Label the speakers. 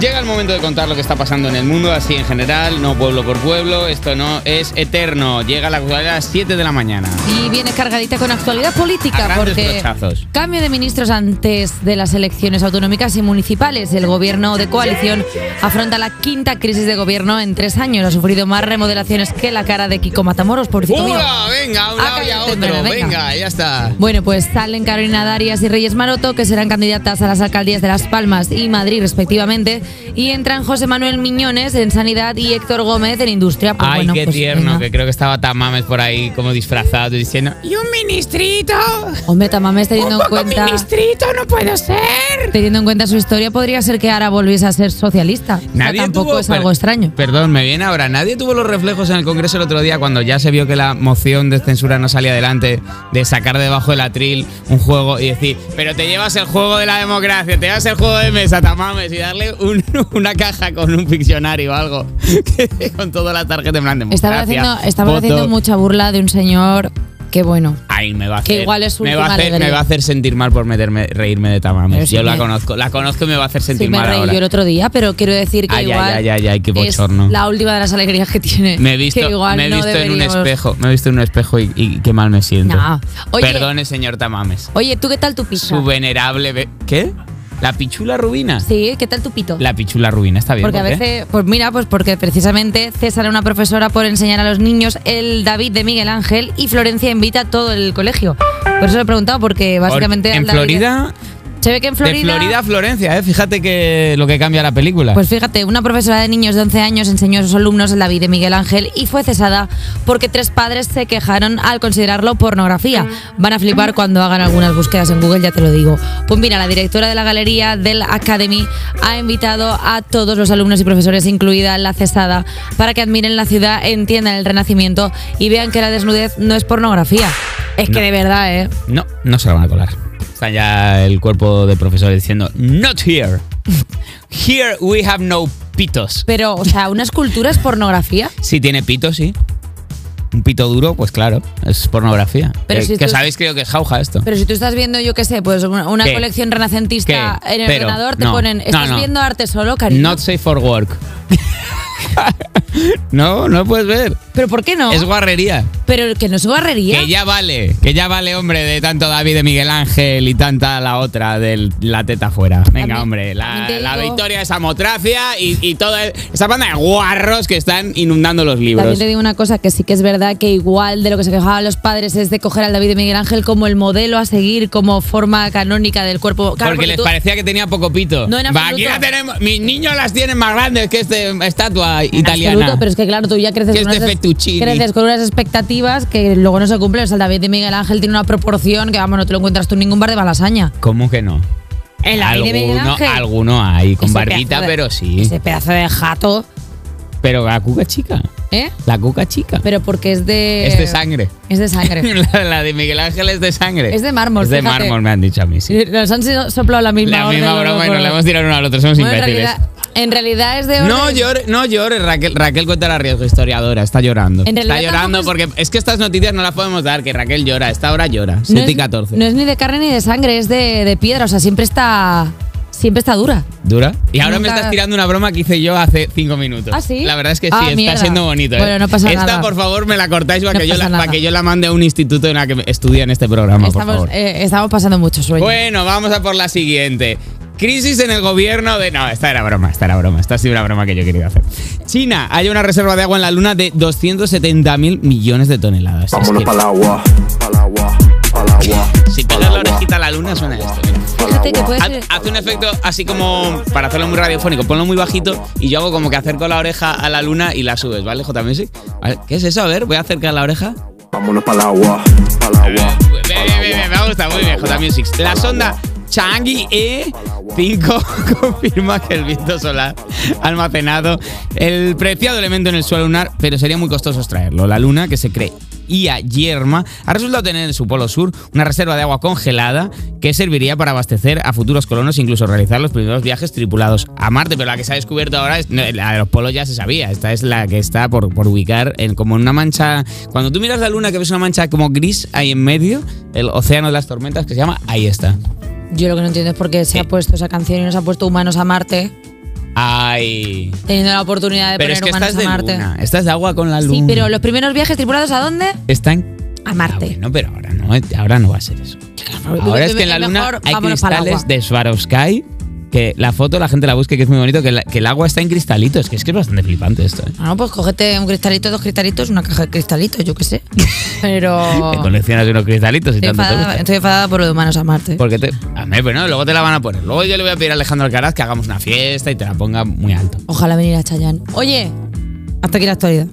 Speaker 1: Llega el momento de contar lo que está pasando en el mundo, así en general, no pueblo por pueblo, esto no es eterno. Llega la actualidad a las 7 de la mañana.
Speaker 2: Y viene cargadita con actualidad política,
Speaker 1: A grandes
Speaker 2: porque
Speaker 1: brochazos.
Speaker 2: cambio de ministros antes de las elecciones autonómicas y municipales. El gobierno de coalición afronta la quinta crisis de gobierno en tres años. Ha sufrido más remodelaciones que la cara de Kiko Matamoros, pobrecito mío.
Speaker 1: ¡Hola! Venga, a un
Speaker 2: Ah,
Speaker 1: lado y a
Speaker 2: cállate,
Speaker 1: otro.
Speaker 2: Mara,
Speaker 1: Venga.
Speaker 2: venga.
Speaker 1: ya está.
Speaker 2: Bueno, pues salen Carolina Darias y Reyes Maroto, que serán candidatas a las alcaldías de Las Palmas y Madrid, respectivamente. Y entran José Manuel Miñones en Sanidad y Héctor Gómez en Industria. Pues
Speaker 1: Ay,
Speaker 2: bueno,
Speaker 1: qué
Speaker 2: pues
Speaker 1: tierno,
Speaker 2: venga.
Speaker 1: que creo que estaba Tamames por ahí como disfrazado diciendo ¡Y un ministrito!
Speaker 2: Hombre, Tamames, teniendo en cuenta...
Speaker 1: ministrito no puede ser!
Speaker 2: Teniendo en cuenta su historia, podría ser que ahora volviese a ser socialista. O sea, tampoco
Speaker 1: tuvo-
Speaker 2: es algo
Speaker 1: per-
Speaker 2: extraño.
Speaker 1: Perdón, me viene ahora. Nadie tuvo los reflejos en el Congreso el otro día cuando ya se vio que la moción de censura no salía adelante, de sacar debajo del atril un juego y decir, pero te llevas el juego de la democracia, te llevas el juego de mesa, tamames, y darle un- una caja con un ficcionario o algo, con toda la tarjeta en plan
Speaker 2: Estaban
Speaker 1: democracia,
Speaker 2: haciendo, estaban
Speaker 1: voto.
Speaker 2: haciendo mucha burla de un señor que, bueno,
Speaker 1: Ay, me va a
Speaker 2: Que
Speaker 1: hacer,
Speaker 2: igual es su
Speaker 1: me va a
Speaker 2: última
Speaker 1: hacer,
Speaker 2: alegría.
Speaker 1: me va a hacer sentir mal por meterme, reírme de
Speaker 2: Pero
Speaker 1: tamames.
Speaker 2: si
Speaker 1: Yo la
Speaker 2: me-
Speaker 1: conozco, la conozco y me va a hacer sentir
Speaker 2: sí me
Speaker 1: mal
Speaker 2: reí
Speaker 1: ahora.
Speaker 2: yo el otro día, pero quiero decir que
Speaker 1: Ay, ay,
Speaker 2: igual
Speaker 1: ay, ay, ay, qué
Speaker 2: es
Speaker 1: bochorno.
Speaker 2: la última de las alegrías que tiene.
Speaker 1: Me he visto,
Speaker 2: que igual
Speaker 1: me he
Speaker 2: no
Speaker 1: visto en un
Speaker 2: deberíamos-
Speaker 1: espejo. Me he visto en un espejo y, y qué mal me siento.
Speaker 2: No. Oye.
Speaker 1: Perdone, señor Tamames.
Speaker 2: Oye, ¿tú qué tal tu pizza?
Speaker 1: Su venerable. ve- ¿Qué? ¿La pichula rubina?
Speaker 2: Sí, ¿qué tal tu pito?
Speaker 1: La pichula rubina, está bien.
Speaker 2: Porque a
Speaker 1: ¿por qué?
Speaker 2: veces, pues mira, pues porque precisamente César era una profesora por enseñar a los niños el David de Miguel Ángel y Florencia invita a todo el colegio. Por eso lo he preguntado, porque
Speaker 1: Por-
Speaker 2: básicamente...
Speaker 1: en
Speaker 2: el David-
Speaker 1: Florida,
Speaker 2: Se ve que en Florida...
Speaker 1: De Florida a Florencia, ¿eh? Fíjate que lo que cambia la película.
Speaker 2: Pues fíjate, una profesora de niños de 11 años enseñó a sus alumnos el David de Miguel Ángel y fue cesada porque tres padres se quejaron al considerarlo pornografía. Van a flipar cuando hagan algunas búsquedas en Google, ya te lo digo. Pues mira, la directora de la galería del Academy ha invitado a todos los alumnos y profesores, incluida la cesada, para que admiren la ciudad, entiendan el renacimiento y vean que la desnudez no es pornografía. Es que
Speaker 1: No.
Speaker 2: de verdad, ¿eh?
Speaker 1: no, no se la van a colar. Está ya el cuerpo de profesores diciendo: Not here. Here we have no pitos.
Speaker 2: Pero, o sea, ¿una escultura es pornografía?
Speaker 1: Si tiene pito, sí. Un pito duro, pues claro, es pornografía.
Speaker 2: Pero
Speaker 1: Eh,
Speaker 2: si
Speaker 1: que
Speaker 2: tú-
Speaker 1: sabéis creo que es jauja esto.
Speaker 2: Pero si tú estás viendo, yo qué sé, pues una, una
Speaker 1: ¿Qué?
Speaker 2: colección renacentista
Speaker 1: ¿Qué?
Speaker 2: en el
Speaker 1: Pero,
Speaker 2: ordenador, te
Speaker 1: no.
Speaker 2: ponen,
Speaker 1: No,
Speaker 2: estás
Speaker 1: no.
Speaker 2: viendo arte solo, cariño.
Speaker 1: Not safe for work. no, no puedes ver.
Speaker 2: Pero ¿por qué no?
Speaker 1: Es guarrería.
Speaker 2: Pero que no es barrería.
Speaker 1: Que ya vale, que ya vale, hombre, de tanto David de Miguel Ángel y tanta la otra de la teta fuera. Venga,
Speaker 2: También-
Speaker 1: hombre, la,
Speaker 2: también te
Speaker 1: la
Speaker 2: digo-
Speaker 1: victoria de Samotracia y, y toda esa banda de guarros que están inundando los libros.
Speaker 2: También te digo una cosa que sí que es verdad que igual de lo que se quejaban los padres es de coger al David de Miguel Ángel como el modelo a seguir, como forma canónica del cuerpo. Claro,
Speaker 1: porque les
Speaker 2: tú-
Speaker 1: parecía que tenía poco pito.
Speaker 2: No, en
Speaker 1: Va, aquí
Speaker 2: absoluto.
Speaker 1: la tenemos. Mis niños las tienen más grandes que esta estatua
Speaker 2: en
Speaker 1: italiana.
Speaker 2: absoluto, pero es que claro, tú ya creces
Speaker 1: Que es
Speaker 2: con,
Speaker 1: de
Speaker 2: unas,
Speaker 1: fettuccini.
Speaker 2: creces con unas expectativas que luego no se cumplen. O sea, el David de Miguel Ángel tiene una proporción que, vamos, no te lo encuentras tú en ningún bar de Malasaña.
Speaker 1: ¿Cómo que no?
Speaker 2: El David de Miguel
Speaker 1: alguno,
Speaker 2: Ángel.
Speaker 1: alguno hay, con
Speaker 2: Ese
Speaker 1: barbita,
Speaker 2: pedazo de-
Speaker 1: pero sí.
Speaker 2: Ese pedazo de jato,
Speaker 1: Pero la cuca chica.
Speaker 2: ¿eh?
Speaker 1: La cuca chica.
Speaker 2: Pero porque es de.
Speaker 1: es de sangre.
Speaker 2: Es de sangre.
Speaker 1: la, la de Miguel Ángel es de sangre.
Speaker 2: Es de mármol,
Speaker 1: Es de
Speaker 2: fíjate.
Speaker 1: mármol, me han dicho a mí, sí.
Speaker 2: Nos han sido- soplado la misma
Speaker 1: La
Speaker 2: orden,
Speaker 1: misma
Speaker 2: los
Speaker 1: broma
Speaker 2: dos
Speaker 1: y nos
Speaker 2: por-
Speaker 1: la hemos tirado uno al otro, somos
Speaker 2: Bueno, en,
Speaker 1: imbéciles.
Speaker 2: realidad, en realidad es de orden.
Speaker 1: No llores, no llores, Raquel. Raquel Cuéntara Riesgo, historiadora, está llorando.
Speaker 2: En realidad
Speaker 1: Está llorando
Speaker 2: tampoco
Speaker 1: porque es que estas noticias no las podemos dar, que Raquel llora, a esta hora llora.
Speaker 2: No
Speaker 1: 7 y
Speaker 2: es-
Speaker 1: 14.
Speaker 2: No es ni de carne ni de sangre, es de, de piedra. O sea, siempre está. Siempre está dura.
Speaker 1: ¿Dura? Y ahora me
Speaker 2: Nunca-
Speaker 1: estás tirando una broma que hice yo hace cinco minutos.
Speaker 2: ¿Ah, sí?
Speaker 1: La verdad es que sí,
Speaker 2: Ah,
Speaker 1: está
Speaker 2: mierda.
Speaker 1: siendo bonito. ¿eh?
Speaker 2: Bueno, no pasa
Speaker 1: Esta,
Speaker 2: nada.
Speaker 1: por favor, me la cortáis para,
Speaker 2: No
Speaker 1: que, yo la,
Speaker 2: pasa
Speaker 1: para
Speaker 2: nada.
Speaker 1: que yo la mande a un instituto en la que estudia en este programa, por
Speaker 2: estamos,
Speaker 1: favor. Pues,
Speaker 2: eh, estamos pasando mucho sueño.
Speaker 1: Bueno, vamos a por la siguiente. Crisis en el gobierno de... No, esta era broma, esta era broma. Esta ha sido una broma que yo quería hacer. China, hay una reserva de agua en la luna de 270 mil millones de toneladas. Es
Speaker 3: Vámonos
Speaker 1: que
Speaker 3: para el agua, para el agua, para el agua.
Speaker 1: si
Speaker 3: pa'l
Speaker 1: pones la
Speaker 3: agua,
Speaker 1: orejita a la luna suena esto. mira.
Speaker 3: pa'l
Speaker 2: Fíjate que
Speaker 3: agua.
Speaker 2: puede
Speaker 1: Haz,
Speaker 2: ser.
Speaker 1: haz un efecto así como para hacerlo muy radiofónico, ponlo muy bajito y yo hago como que acerco la oreja a la luna y la subes, ¿vale, J Music? Vale, ¿Qué es eso? A ver, voy a acercar la oreja.
Speaker 3: Vámonos para el agua, para el agua.
Speaker 1: Ve, ve, ve, me gusta, muy bien, J Music. La sonda Changi E5 confirma que el viento solar ha almacenado el preciado elemento en el suelo lunar, pero sería muy costoso extraerlo. La luna, que se cree IA Yerma, ha resultado tener en su polo sur una reserva de agua congelada que serviría para abastecer a futuros colonos e incluso realizar los primeros viajes tripulados a Marte. Pero la que se ha descubierto ahora es no, la de los polos ya se sabía. Esta es la que está por, por ubicar en, como en una mancha. Cuando tú miras la luna que ves una mancha como gris ahí en medio, el océano de las tormentas que se llama, ahí está.
Speaker 2: Yo lo que no entiendo es por qué se
Speaker 1: Eh.
Speaker 2: ha puesto esa canción y nos ha puesto humanos a Marte.
Speaker 1: Ay.
Speaker 2: Teniendo la oportunidad de
Speaker 1: Pero
Speaker 2: poner
Speaker 1: es que
Speaker 2: Eh, humanos
Speaker 1: estás de
Speaker 2: a Marte.
Speaker 1: luna. Estás de agua con la luna.
Speaker 2: Sí, pero los primeros viajes tripulados a dónde?
Speaker 1: Están.
Speaker 2: A Marte.
Speaker 1: Ah, bueno, pero ahora no, eh, ahora no va a ser eso. Ahora es que en la luna
Speaker 2: Mejor
Speaker 1: hay
Speaker 2: vámonos para el
Speaker 1: cristales
Speaker 2: agua.
Speaker 1: de Swarovski. Que la foto la gente la busque, que es muy bonito. Que, la- que el agua está en cristalitos. Que es que es bastante flipante esto. eh.
Speaker 2: Ah, no, pues cógete un cristalito, dos cristalitos, una caja de cristalitos, yo qué sé. Pero.
Speaker 1: Que coleccionas unos cristalitos y
Speaker 2: Estoy
Speaker 1: tanto te
Speaker 2: enfadada,
Speaker 1: gusta.
Speaker 2: estoy enfadada por lo de humanos a Marte.
Speaker 1: Porque te. A ver, pero no, luego te la van a poner. Luego yo le voy a pedir a Alejandro Alcaraz que hagamos una fiesta y te la ponga muy alto.
Speaker 2: Ojalá venir a Chayanne. Oye, hasta aquí la actualidad.